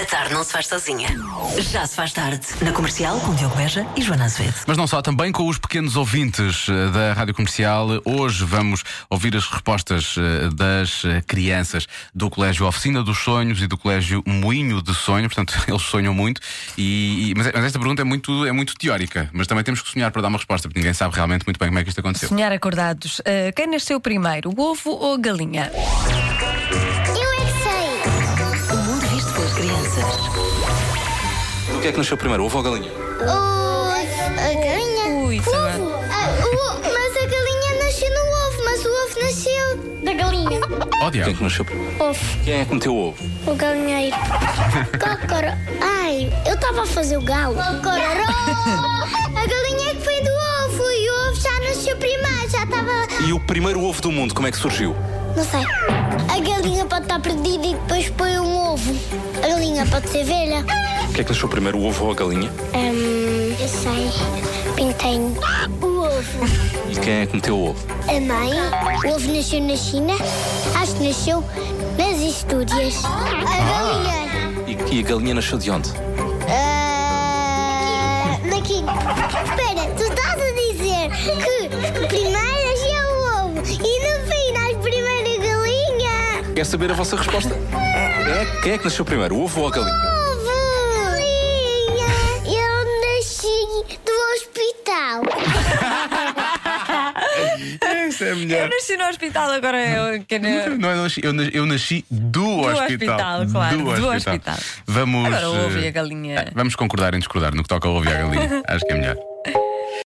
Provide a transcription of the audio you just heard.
A tarde não se faz sozinha. Já se faz tarde. Na comercial, com Diogo Beja e Joana Azevedo. Mas não só, também com os pequenos ouvintes eh, da Rádio Comercial. Hoje vamos ouvir as respostas eh, das eh, crianças do Colégio Oficina dos Sonhos e do Colégio Moinho de Sonho. Portanto, eles sonham muito. E, e- mas, mas esta pergunta é muito, é muito teórica. Mas também temos que sonhar para dar uma resposta, porque ninguém sabe realmente muito bem como é que isto aconteceu. Sonhar acordados. Ah, quem nasceu primeiro, o ovo ou a galinha? Eu é que sei. O mundo visto pelas crianças. O que é que nasceu primeiro, ovo ou galinha? O, a galinha. Ui, o isso é ovo. Ah, o- mas a galinha nasceu no ovo, mas o ovo nasceu da galinha. Ó Quem é diabo. que nasceu primeiro? Ovo, Quem é que meteu o ovo? o galinheiro. Cocoró. Ai, eu estava a fazer o galo. Cocoró. A galinha é que vem do ovo e o ovo já nasceu primeiro, já estava. E o primeiro ovo do mundo, como é que surgiu? Não sei. A galinha pode estar perdida e depois põe um ovo. A galinha pode ser velha. O que é que nasceu primeiro, o ovo ou a galinha? Hum, eu sei. Pintenho. O ovo. E quem é que meteu o ovo? A mãe, o ovo nasceu na China, acho que nasceu nas Astúrias. A galinha. E, e a galinha nasceu de onde? Daqui. ah, Espera, tu estás a dizer que primeiro nasceu o ovo e no fim nasce primeiro a galinha? Quer saber a vossa resposta? Quem é, quem é que nasceu primeiro, o ovo ou a galinha? Ovo! Galinha! Eu nasci do hospital. Isso é Eu nasci no hospital, agora é eu. que não- Então, Não, é, eu, nasci, eu nas- eu nasci do, hospital. hospital, claro, Do, do hospital. hospital. Vamos. Agora o ovo e a eh, galinha. Vamos concordar em discordar no que toca ao ovo e à galinha. Acho que é melhor.